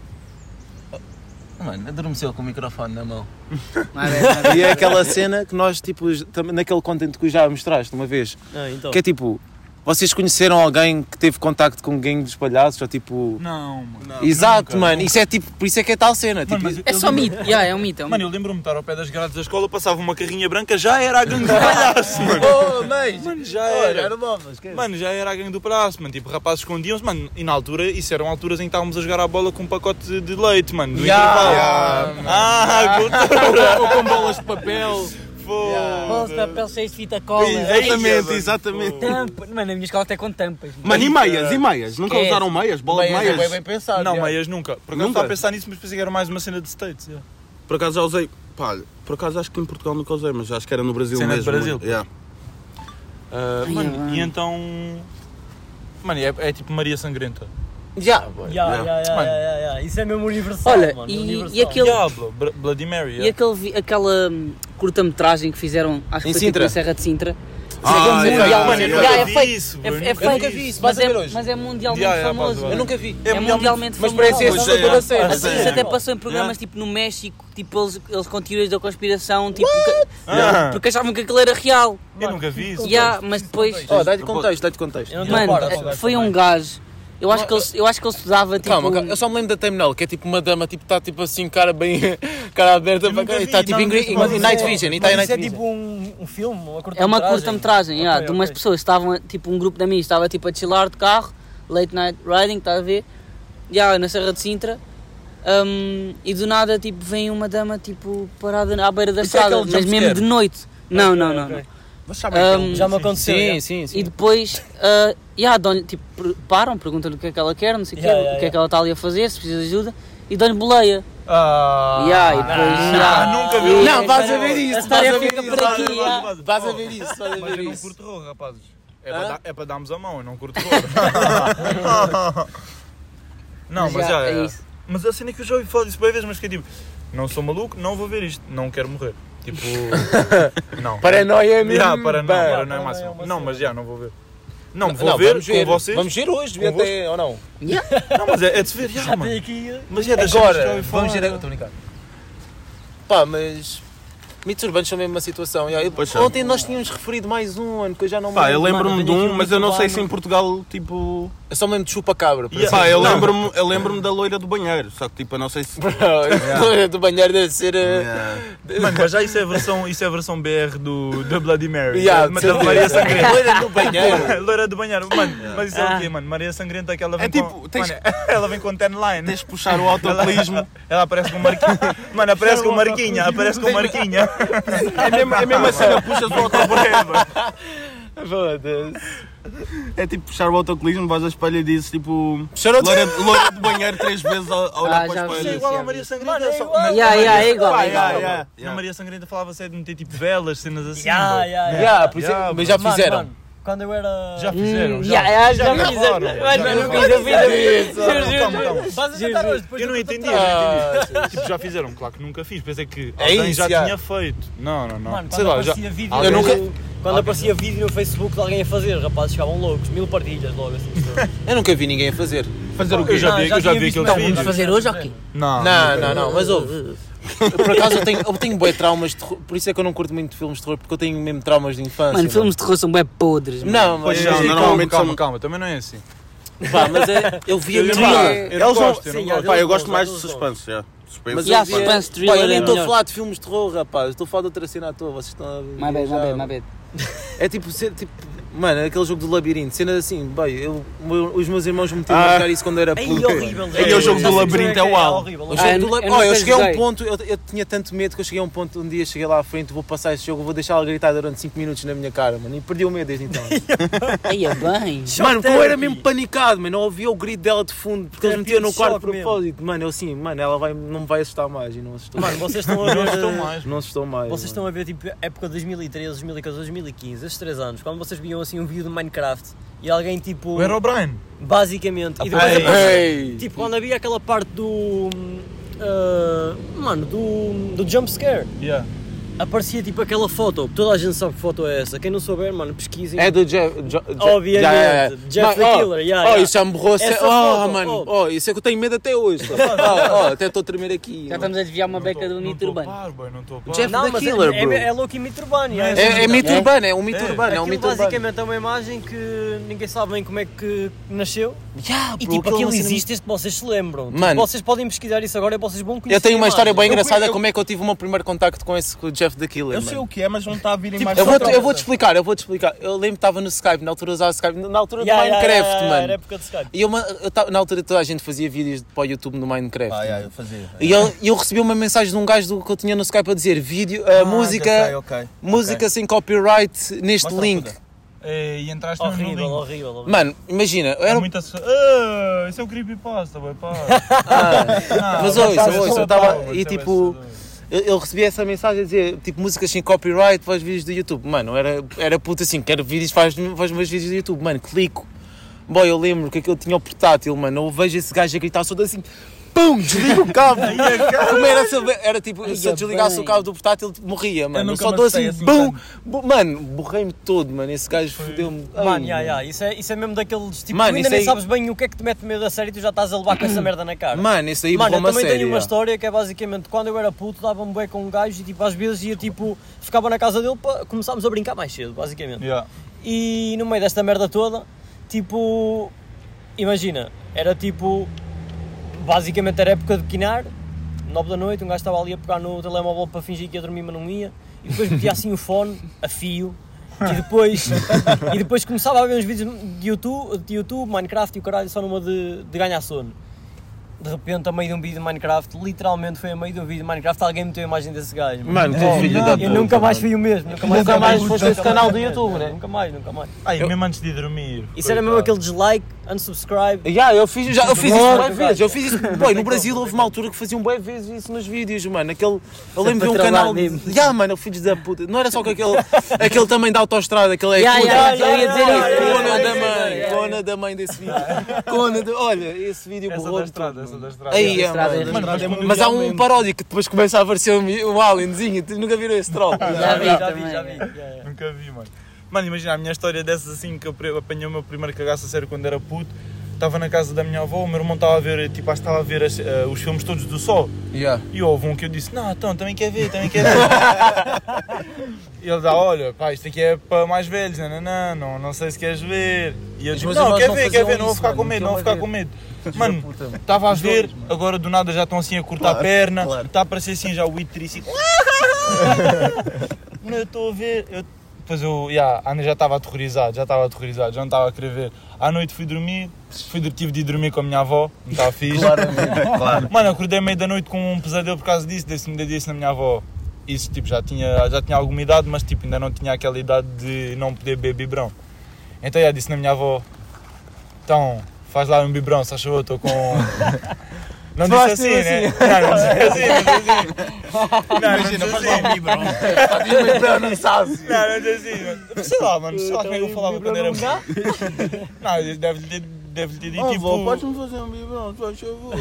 Oh, Mano, adormeceu com o microfone na mão. Nada, nada. E é aquela cena que nós, tipo, j- também naquele content que já mostraste uma vez, Ah, então. que é tipo, vocês conheceram alguém que teve contacto com o gangue dos palhaços, ou tipo. Não, mano. Exato, mano, isso é tipo, por isso é que é tal cena. Mano, Tipo, mas eu- É eu só lembro- mito, ya, é um mito. é um Mano, eu lembro-me de estar ao pé das grades da escola, passava uma carrinha branca, já era a gangue do palhaço, mano. oh, mas. Mano, já era. novas, esquece. Mano, já era a gangue do palhaço, mano. Tipo, rapazes escondiam-se, mano. E na altura, isso eram alturas em que estávamos a jogar a bola com um pacote de- de leite, mano. Do intervalo. Ah, cultura. Ou com bolas de papel. Bolas de Foda. papel cheios de fita cola. Exatamente, Ei, exatamente. Tampa. Mano, na minha escola até com tampas. mano. Mano, e meias? E meias? Nunca Esquece. usaram meias? Bola de Meias é bem, meias? bem pensado. Não, já. meias nunca. Por acaso Nunca? estava a pensar nisso, mas pensei que era mais uma cena de States. yeah. Por acaso já usei. Pá, por acaso acho que em Portugal nunca usei, mas acho que era no Brasil Cena de mesmo. Brasil. mano. Yeah. Ah, Ai, mano, mano. e então. Mano, é, é tipo Maria Sangrenta. Já, boy. Ya, Não. ya, ya, Mano. ya, ya, ya. Isso é mesmo universal, Olha, mano. e- e universal. aquele- Aquilo- Diablo, Br- Bloody Mary. E yeah. aquele, vi- aquela hum, curta-metragem que fizeram, acho que Em foi tipo Sintra? na Serra de Sintra. Ah, Isso é yeah, mundial, mano, mano. eu nunca Yeah, é vi feito. isso, É- mano. é Eu feito. nunca vi isso, vais mas, a ver é, hoje. mas é mundialmente Yeah, yeah, famoso. vais a ver. Eu nunca vi. É, mundialmente Mas famoso. parece Pois essa é. toda a Mas cena. isso é. até passou em programas tipo no México, tipo eles, eles com teorias da conspiração, tipo, que- Ah. porque achavam que aquilo era real. Eu nunca vi isso. Yeah, mas depois, Oh, dá-lhe contexto, dá-lhe contexto. Eu não mano, Para, para, foi um gajo. Eu acho que ele, eu acho que ele estudava tipo. Calma, calma, eu só me lembro da terminal, que é tipo uma dama, tipo, está tipo assim, cara bem. cara aberta para nunca cá, e vi, está tipo não, em gri- mas em- em isso Night é- Vision, e mas está em Night Isso é Vision. tipo um, um filme, uma curta-metragem. É uma curta-metragem, yeah, Ok, de umas ok. pessoas. Estavam, tipo, um grupo de amigos estava tipo a chilar de carro, late night riding, estás a ver? Yeah, na Serra de Sintra. Um, e do nada, tipo, vem uma dama, tipo, parada à beira da Isso é estrada, aquele mas jumpscare? mesmo de noite. Não, não, não. ok. não. Um, Já me aconteceu. Hum, Sim, já. sim, E sim. depois, uh, yeah, dão-lhe, tipo, per- param, perguntam-lhe o que é que ela quer, não sei o quê, Yeah, yeah, o que é que yeah. ela está ali a fazer, se precisa de ajuda, e dão-lhe boleia. Ah, Yeah, e depois, yeah. nunca vi. Não, vais a ver A isso, história vais a ver fica isso. por aqui, vais a- yeah. Vais a ver isso, vais a Mas ver eu não isso. curto horror, rapazes. É Hã? para dar- é para darmos a mão, eu não curto horror. não, mas já, é é. isso. Mas a cena é que eu já ouvi falar disso bem vezes, mas que é tipo, não sou maluco, não vou ver isto, não quero morrer. Tipo, não. Paranoia é mesmo. Já, para não, pá. para não não é é máximo. uma Não, cena. mas já, não vou ver. Não, vou Não, ver com vamos ver. vocês. Vamos ver hoje, Convosco. até ou não? Não, mas é, é de se ver, já, Já mano. tem aqui. Mas é das cenas que eu Agora, ouvi falar. vamos ver agora. Estou a brincar. Pá, mas. Mitos urbanos são mesmo uma situação. já. Eu- Pois são. Ontem nós tínhamos referido mais um ano que eu já não me Pá, eu lembro, lembro-me mano, de tenho aqui um, mas eu não sei urbano. se em Portugal, tipo. Eu só me lembro de chupa-cabra. por Yeah. Pá, eu Não. lembro-me eu lembro da loira do banheiro, só que tipo, eu não sei se. exemplo. Do banheiro deve ser. eh, Yeah. Mano, mas já isso é a versão, isso é a versão BR do, do Bloody Mary. Yeah, mas de da certeza. Maria Sangrenta. Loira do banheiro. Loira do banheiro, mano, mas isso é o quê, mano? Maria Sangrenta que ela vem É tipo, com... tens- Mano, ela vem com ten line. Tens de puxar o autocolismo. Ela aparece com o Marquinha. Mano, aparece com o Marquinha, aparece com o Marquinha. É, É mesmo, é mesmo assim, puxas o autocolismo. Foda-se. É tipo puxar o autocolismo, vais à espelha e dizes tipo. Cheirou de- Loira, loira de banheiro três vezes a, a olhar Ah, para já a vi. É espelha. igual à Maria Sangrenta. Mano, é só- igual. na- Yeah, yeah, é igual, é igual. yeah, yeah. Na Maria Sangrenta falava-se de meter é tipo velas, cenas assim. Ya, bro. ya, ya. Yeah, por isso- é- Yeah, mas já Mano, fizeram. mano, Quando eu era. Já fizeram? Hum, já, já, já já fiz, gravaram, mas já eu não gravaram. fiz, eu fiz, eu fiz. Calma, Juro, calma, calma. Estás a Juro, jantar juro. hoje, depois Eu não do teu entendi, eu jantar. não entendi. Tipo, já fizeram? Claro que nunca fiz. Pensei que É alguém isso, já já. tinha feito. Não, não, não. Mano, Sei quando lá, já. aparecia vídeo. Alguém- Eu nunca- Quando aparecia vídeo no Facebook de alguém a fazer, os rapazes ficavam loucos, mil partilhas logo assim. Eu nunca vi ninguém a fazer. Fazer o quê? Eu já Não, vi, eu já tinha vi visto aquele mais Então, vamos vídeos. vídeo. fazer hoje ou quê? Não, Não, nunca. não, não, mas houve. Eu, Por acaso eu tenho, eu tenho bué traumas de terror, por isso é que eu não curto muito filmes de terror, porque eu tenho mesmo traumas de infância. é? Mano, filmes de terror são bem podres. mano. Não, mas, Pois Não, Sim, não, normalmente calma, são- calma, também não é assim. pá, mas é, eu via Eu muito. não- Pá, eu Eles não não- gosto, eu sim, não há gosto. Pá, eu Eles gosto não, mais de eles não. suspense, já. Suspense. Mas Yeah, eu, via... suspense pá, thriller eu nem é estou a melhor. falar de filmes de terror, rapaz. Estou a falar de outra cena à toa, vocês estão a. My bad, my já- bad, my bad. É tipo, ser- tipo, mano, aquele jogo do labirinto, cenas assim, bem, eu, meu- os meus irmãos me metiam a Ah. marcar isso quando eu era Ei, puto. horrível. Aí é o jogo Já do sei labirinto, que é uau. horrível. O mas- jogo Ah, do eu lab- nunca Oh, eu cheguei a um joguei. ponto, eu, eu tinha tanto medo que eu cheguei a um ponto, um dia cheguei lá à frente, vou passar esse jogo, vou deixar ele gritar durante 5 minutos na minha cara, mano, e perdi o medo desde então. Aí é bem. mano, como eu era mesmo panicado, mano, eu ouvia o grito dela de fundo, porque eles Terapia metiam de no quarto de choque mesmo. propósito, mano, eu assim, mano, ela vai, não me vai assustar mais, e não assustou Mano, mais. vocês estão a Não ver. estão eh, Então mais. Não assustou mais. Vocês mano. estão a ver tipo época de 2013, 2014, 2015, esses 3 anos, quando vocês viam assim um vídeo do Minecraft e alguém tipo. O Herobrine. Basicamente. E depois ei, aparecia- Ei! Tipo, quando havia aquela parte do. hum, ah, mano, do, do jump scare, Yeah. aparecia tipo aquela foto. Toda a gente sabe que foto é essa. Quem não souber, mano, pesquisem. É do Jeff. Jo, Jo- Obviamente, Já, já, já. Oh, Jeff Mas, the oh, Killer, já, oh, já. isso já me borrou. Essa se- Oh, foto, mano, oh. oh. isso é que eu tenho medo até hoje. pá. oh, oh, até estou a tremer aqui. Já tá mano. estamos a desviar uma beca do mito urbano. Não estou a par, boy, não estou a par. Jeff- não, the mas Killer, é, bro. é, é louco e mito urbano. já. É, é mito É? urbano, é um mito É. urbano, é um Aquilo mito urbano. basicamente é uma imagem que ninguém sabe bem como é que nasceu. Yeah, E bro, tipo, é uma aquilo cena- existe desde que vocês se lembram. Tipo, Mano. vocês podem pesquisar isso agora e vocês vão conhecer. Eu tenho uma a história bem imagem. engraçada eu- como é que eu tive o meu primeiro contacto com esse com o Jeff the Killer. Eu mano. sei o que é, mas não está a vir em Tipo, mais Eu Só vou, troca. eu vou te explicar, eu vou te explicar. Eu lembro que estava no Skype, na altura usava Skype, na altura Yeah, do yeah, Minecraft, yeah, yeah, Era mano. época de Skype. E eu, ma- eu tava- na altura toda a gente fazia vídeos para o YouTube no Minecraft. Ah, yeah, eu fazia. E eu, e eu recebi uma mensagem de um gajo do, que eu tinha no Skype a dizer vídeo, a Ah, já sei, música, ok. música sem copyright neste Mostra link. a puta. É, E entraste no Horrível, link. horrível, horrível. Mano, imagina, eu É era. muito assustador. Ah, Isso é um creepypasta, boy, pá. um Não, Mas não ouça, fazes ouça, isso, eu tava- pá, e isso é bem tipo- assustador. Eu, eu recebi essa mensagem a dizer tipo músicas sem copyright para os vídeos do YouTube. Mano, eu era, era puto assim, quero vídeos, faz, faz meus vídeos do YouTube. Mano, clico. Boy, eu lembro que aquilo tinha o portátil, mano. Eu vejo esse gajo a gritar todo assim. Pum! Desliga o cabo! Como era, se, eu- era tipo, se eu desligasse o bem. cabo do portátil, morria, mano. Eu nunca só me dou assim, assustei assim assim bum! Bu- Mano, borrei-me todo, mano. Esse gajo fodeu-me. Ai, Mano, yeah, yeah, Isso, é, isso é mesmo daqueles tipo, Mano, tu ainda isso nem aí- sabes bem o que é que te mete medo da série e tu já estás a levar com essa merda na cara. Mano, isso aí Mano, borrou eu uma também série. tenho uma yeah. história que é basicamente quando eu era puto dava-me bem com um gajo e tipo às vezes ia tipo, ficava na casa dele para começarmos a brincar mais cedo, basicamente. Yeah. E no meio desta merda toda, tipo, imagina, era tipo, basicamente era época de quinar, 9 da noite, um gajo estava ali a pegar no telemóvel para fingir que ia dormir, mas não ia, e depois metia assim o fone, a fio, e depois, e depois começava a ver uns vídeos de YouTube, de YouTube Minecraft e o caralho, só numa de, de ganhar sono. De repente, a meio de um vídeo de Minecraft, literalmente foi a meio de um vídeo de Minecraft, alguém meteu a imagem desse gajo. mano. Mano, que Oh, filho não, da eu puta. Eu nunca mais mano. fui o mesmo. Nunca mais, Nunca mais foste nunca esse canal mais do fui o mesmo, YouTube, né? Nunca mais, nunca mais. Ai, mesmo antes de dormir. Isso era mesmo aquele coitado. dislike, unsubscribe. Yeah, eu fiz, já, eu fiz isso Boa, bué cara. vezes, eu fiz isso. Boy, no Brasil houve uma altura que faziam bué vezes isso nos vídeos, mano. Aquele, eu lembro de um para trollar canal. mesmo. Yeah, mano, filhos da puta. Não era só com aquele, aquele também da autostrada, aquele é Yeah, puta. yeah, yeah, eu ia dizer Ai, isso, eu ia Cona dizer da isso, mãe, yeah, cona da mãe desse vídeo. Cona da. Olha, esse vídeo Essa borrou da estrada, essa da estrada. Aí, Essa da mano. estrada é- Mas quando Mano, Mas há realmente- um paródio que depois começa a aparecer um, um alienzinho. Tu nunca viram esse troll? Já vi, já vi, também, já vi. é. Yeah, yeah. Nunca vi, mano. Mano, imagina a minha história dessas assim que eu pre- apanhei o meu primeiro cagaço a sério quando era puto. Estava na casa da minha avó, o meu irmão estava a ver, tipo, acho que estava a ver as- eh, os filmes todos do Sol. Yeah. E houve um que eu disse, não, então, também quer ver, também quer ver. e ele dá, olha, pá, isto aqui é para mais velhos, não, não, não, não sei se queres ver. E eu Os digo, meus não, irmãos quer não ver, quer faziam ver, não vou isso, ficar mano, com medo, não não vou ficar quer com medo. da Mano, puta, mano. estava a ver, agora do nada já estão assim a cortar a perna, está claro. a aparecer assim já o itrícico. não, eu estou a ver, eu... Depois eu, yeah, Ana já estava aterrorizado, já estava aterrorizado, já não estava a querer ver. À noite fui dormir, fui, tive de ir dormir com a minha avó, não estava fixe. Claro. Mano, eu acordei meio da noite com um pesadelo por causa disso, desse me disse na minha avó. Isso, tipo, já tinha, já tinha alguma idade, mas tipo, ainda não tinha aquela idade de não poder beber biberão. Então, já disse na minha avó, então, faz lá um biberão, se achou, estou com... Não Só disse assim, assim, né? Não, não disse assim, não disse assim. Não, não Imagina, disse faz assim. um lá o Libron. Só diz mas para não sabes. Não, não diz assim, mano. Sei lá, mano, sei lá como é que eu falava quando Então, era menino. Não, deve-lhe ter, deve ter dito Oh, tipo. vó, podes-me fazer um biberão, se faz favor.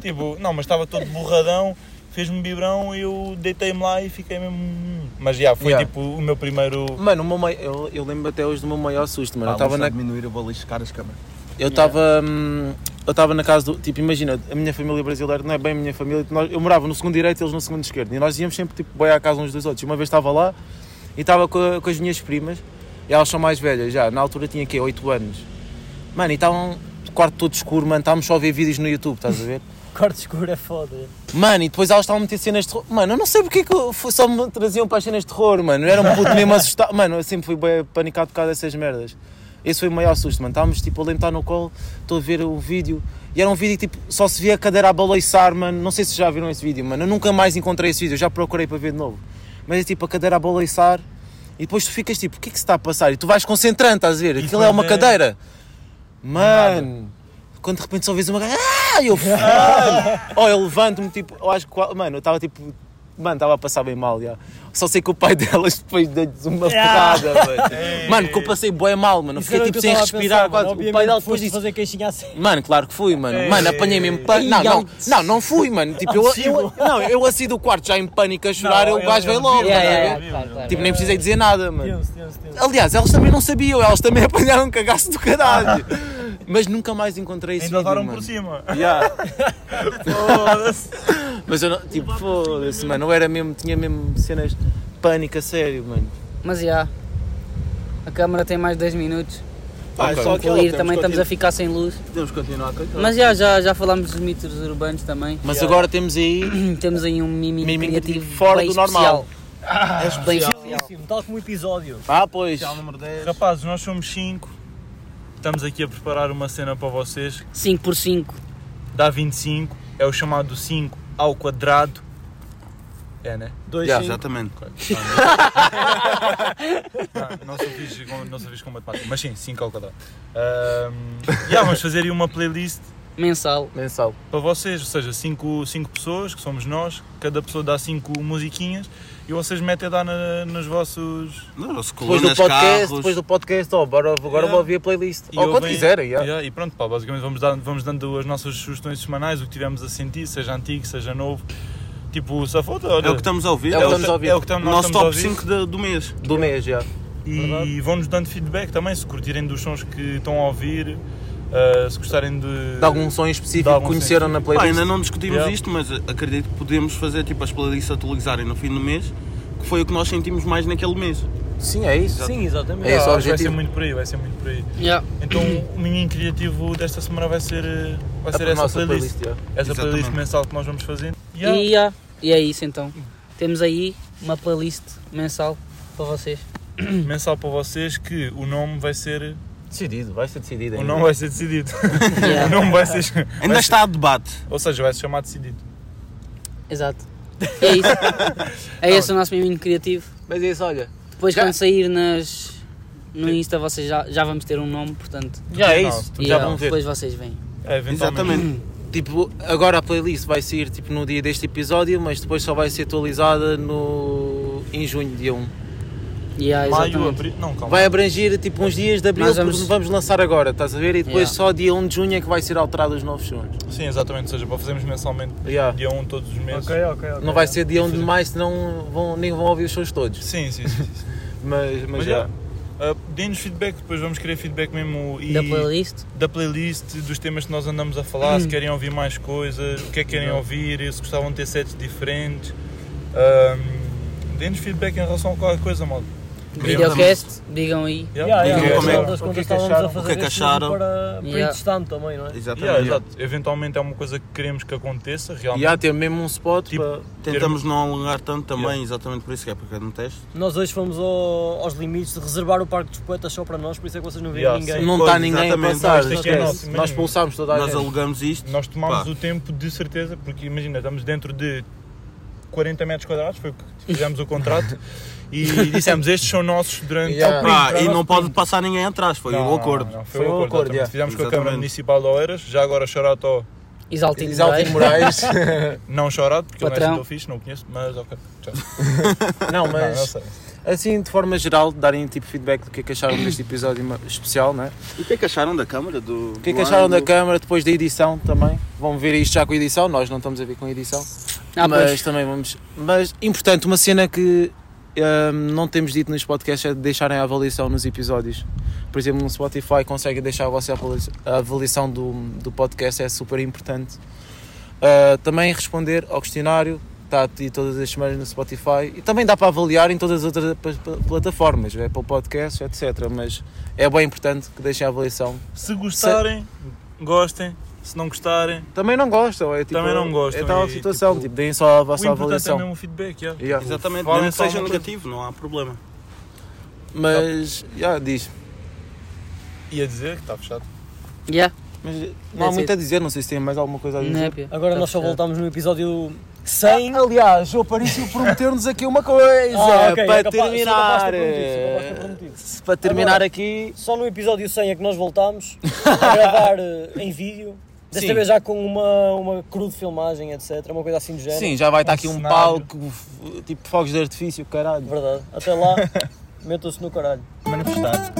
Tipo, não, mas estava todo borradão, fez-me um biberão e eu deitei-me lá e fiquei mesmo. hum. Mas já, foi Yeah. tipo o meu primeiro. Mano, o meu mai- eu, eu lembro até hoje do meu maior susto, mano. Pá, Eu estava vamos na, só diminuir, eu vou lixar as câmaras. eu estava, hum, eu estava na casa do, tipo, imagina, a minha família brasileira não é bem a minha família, nós- eu morava no segundo direito e eles no segundo esquerdo, e nós íamos sempre, tipo, bem à casa uns dos outros. Uma vez estava lá e estava com, a- com as minhas primas, e elas são mais velhas já, na altura tinha, quê, 8 anos. Mano, e estavam, quarto todo escuro, mano, estávamos só a ver vídeos no YouTube, estás a ver? Corte escuro é foda. Mano, e depois elas estavam a meter cenas de terror. Mano, eu não sei porque que eu fui- só me traziam para as cenas de terror, mano. Eu era um puto mesmo assustado. Mano, eu sempre fui bem panicado por causa dessas merdas. Esse foi o maior susto, mano. Estávamos tipo, a lembrar no colo, estou a ver o vídeo. E era um vídeo que tipo, só se via a cadeira a balançar, mano. Não sei se já viram esse vídeo, mano. Eu nunca mais encontrei esse vídeo, eu já procurei para ver de novo. Mas é tipo a cadeira a balançar e depois tu ficas tipo, o que é que se está a passar? E tu vais concentrando, estás a ver? Aquilo é uma depois é- cadeira. Mano, quando de repente só vês uma gaja. Ah, eu mano. Oh, eu levanto-me, tipo, eu acho que. qua- Mano, eu estava tipo. Mano, estava a passar bem mal, já. Só sei que o pai delas depois deu-lhes uma Ah. porrada, mano. Mano, que eu passei bué mal, mano. Eu Isso Fiquei era o tipo que eu sem estava a respirar. pensar, mano. quase. O pai Obviamente dela depois foste disse. fazer queixinha assim. Mano, claro que fui, mano. Mano, apanhei mesmo pânico. Não, não, não, não fui, mano. Tipo, eu, eu, não, eu assim do quarto já em pânico a chorar, eu, o gajo veio logo. Yeah, mano. yeah, yeah, É, claro, claro. Tipo, nem precisei dizer nada, mano. Tenso, tenso, tenso. Aliás, elas também não sabiam, elas também apanharam um cagaço do caralho. Mas nunca mais encontrei esse Ainda vídeo, levaram mano. por cima. Yeah. Foda-se. Mas eu não, tipo, foda-se, mano, eu era mesmo, tinha mesmo cenas de pânico a sério, mano. Mas já. A câmara tem mais 10 minutos. Pá, é Ok. só Vou aquela, ir, podemos também estamos a continuar- ficar sem luz. Podemos continuar com aquela. Mas já, já, já falámos dos mitos urbanos também. Mas agora temos aí. Temos aí um mimimi, Mimimi criativo fora bem do normal. especial. bem especial. Sim, Tal como o episódio. Ah, pois. número 10. Rapazes, nós somos 5. Estamos aqui a preparar uma cena para vocês. 5 por 5 Dá 25. É o chamado 5 ao quadrado. É, né? Dois Yeah, sim. exatamente. Não, Ah, não sou fixe com, não sou fixe com matemática, mas sim, 5 ao quadrado. Ahm, yeah, vamos fazer aí uma playlist mensal. Mensal. para vocês, ou seja, 5 cinco, pessoas, que somos nós, cada pessoa dá 5 musiquinhas e vocês metem a dar na- nos vossos. Não, Depois se do colunas, podcast, carros. depois do podcast, ó, agora, agora Yeah. vou ouvir a playlist. E Ou quando ouvem- quiserem, yeah. Yeah, e pronto, pá, basicamente vamos, dar, vamos dando as nossas sugestões semanais, o que tivemos a sentir, seja antigo, seja novo. Tipo, safoda, olha. É o que estamos a ouvir. É o que estamos a ouvir. É o que estamos, nós Nosso estamos a top ouvir. 5 de- do mês. do mês, já. E vão-nos dando feedback também, se curtirem dos sons que estão a ouvir, ah, se gostarem de. De algum som em De específico que algum som conheceram em na Pá, playlist. ainda não discutimos Yeah. isto, mas eh, acredito que podemos fazer tipo as playlists atualizarem no fim do mês, que foi o que nós sentimos mais naquele mês. Sim, é isso. Sim, exatamente. É esse o Ah, acho que vai ser objetivo. muito por aí, vai ser muito por aí. Yeah. Então o menino criativo desta semana vai ser, eh, vai ser a essa nossa playlist. playlist, yeah. Essa Exatamente. playlist mensal que nós vamos fazer. Yeah. E, yeah, e é isso então. Temos aí uma playlist mensal para vocês. Mensal para vocês que o nome vai ser. Decidido, vai ser decidido O ainda. nome vai ser decidido. o Yeah, nome vai ser. Ainda está a debate. Ou seja, vai se chamar decidido. Exato. É isso. É esse o nosso mimimi criativo. Tá Mas é isso, olha. Depois Já. quando sair nas no Insta vocês já, já vamos ter um nome, portanto. Já é Não, isso. tu- Já yeah, vão ver. Depois vocês veem. É, eventualmente. Exatamente. Tipo, agora a playlist vai sair tipo, no dia deste episódio, mas depois só vai ser atualizada no... em junho, dia 1. Yeah, Maio, exatamente. abril. Não, calma. Vai abranger tipo uns dias de abril, Nós vamos... vamos- porque vamos lançar agora, estás a ver? E depois Yeah. só dia 1 de junho é que vai ser alterado os novos sons. Sim, exatamente. Ou seja, para fazermos mensalmente Yeah. dia 1 todos os meses. Ok, ok, ok. Não vai ser dia 1 de maio, senão vão, nem vão ouvir os sons todos. Sim, sim, sim. sim. Mas, mas, Mas já. já. Ah, Deem-nos feedback, depois vamos querer feedback mesmo e Da playlist. Uhum. da playlist, dos temas que nós andamos a falar, se querem ouvir mais coisas, o que é que querem ouvir, se gostavam de ter sets diferentes. Ahm, Deem-nos feedback em relação a qualquer coisa, mal. Videocast, digam aí. Yeah, yeah, Digam no como é- final das o que é contas que estávamos acharam? a fazer o que é que este vídeo acharam? para, para Yeah. ir testando também, não é? Yeah, Exatamente. exato. Eventualmente é uma coisa que queremos que aconteça, realmente. Já tem mesmo um spot Tipo, para- Tentamos não alongar tanto também, Yeah. exatamente por isso que é, porque é um teste. Nós hoje fomos ao- aos limites de reservar o Parque dos Poetas só para nós, por isso é que vocês não veem Yeah, ninguém. Não Pois, está ninguém a exatamente. passar, Isto é que é nosso, esquece. mesmo. Nós expulsámos toda a é. Nós gente. alugamos isto. Nós tomámos Pá. o tempo de certeza, porque imagina, estamos dentro de 40 metros quadrados, foi o que fizemos o contrato, e dissemos estes são nossos durante Yeah. Pá, para e não nós- pode passar ninguém atrás, foi Não, o não, acordo. não, não, foi, o acordo. exatamente. yeah. Fizemos com a Exatamente. Câmara Municipal de Oeiras, já agora charato ao Exaltino Exaltino Moraes. Não chorado, porque eu Patrão. não estou fixe, não o conheço, mas ok. Tchau. Não, Não, não mas sei. assim, de forma geral, darem tipo feedback do que é que acharam deste episódio ma- especial, né? E o que é que acharam da câmara? Do, O que é que acharam da câmara, depois da edição também? Vão ver isto já com edição, nós não estamos a ver com edição. Ah, mas pois. também vamos. Mas, importante, uma cena que hum, não temos dito nos podcasts é de deixarem a avaliação nos episódios. Por exemplo, no Spotify conseguem deixar a vossa avalia- a avaliação do, do podcast, é super importante. Uh, também responder ao questionário, está a ti todas as semanas no Spotify. E também dá para avaliar em todas as outras pa- pa- plataformas, é, para o podcast, etc. Mas é bem importante que deixem a avaliação. Se gostarem, gostem. Se não gostarem, Também não gostam, é tipo. Também não gostam É tal e, situação, tipo, tipo, deem só a o vossa importante é avaliação. mesmo o feedback. yeah. Yeah. Exatamente, Falem nem que só seja uma coisa. negativo, não há problema. Mas, já, diz. Ia dizer que está fechado. Yeah. Mas não há That's muito it. a dizer, não sei se tem mais alguma coisa a Não é, dizer. pia. Agora Tá nós só fechado. voltamos no episódio 100. Aliás, o Aparício prometeu-nos aqui uma coisa para Ah, ok, é capaz- sou capaz de terminar. ter prometido, sou capaz de ter prometido. Se- para terminar Agora- aqui. Só no episódio 100 é que nós voltámos a gravar eh, em vídeo. Desta Sim. vez já com uma, uma crew de filmagem, etc. Uma coisa assim do género. Sim, já vai estar aqui um cenário. palco, f- tipo fogos de artifício, caralho. Verdade. Até lá, metam-se no caralho. Manifestar.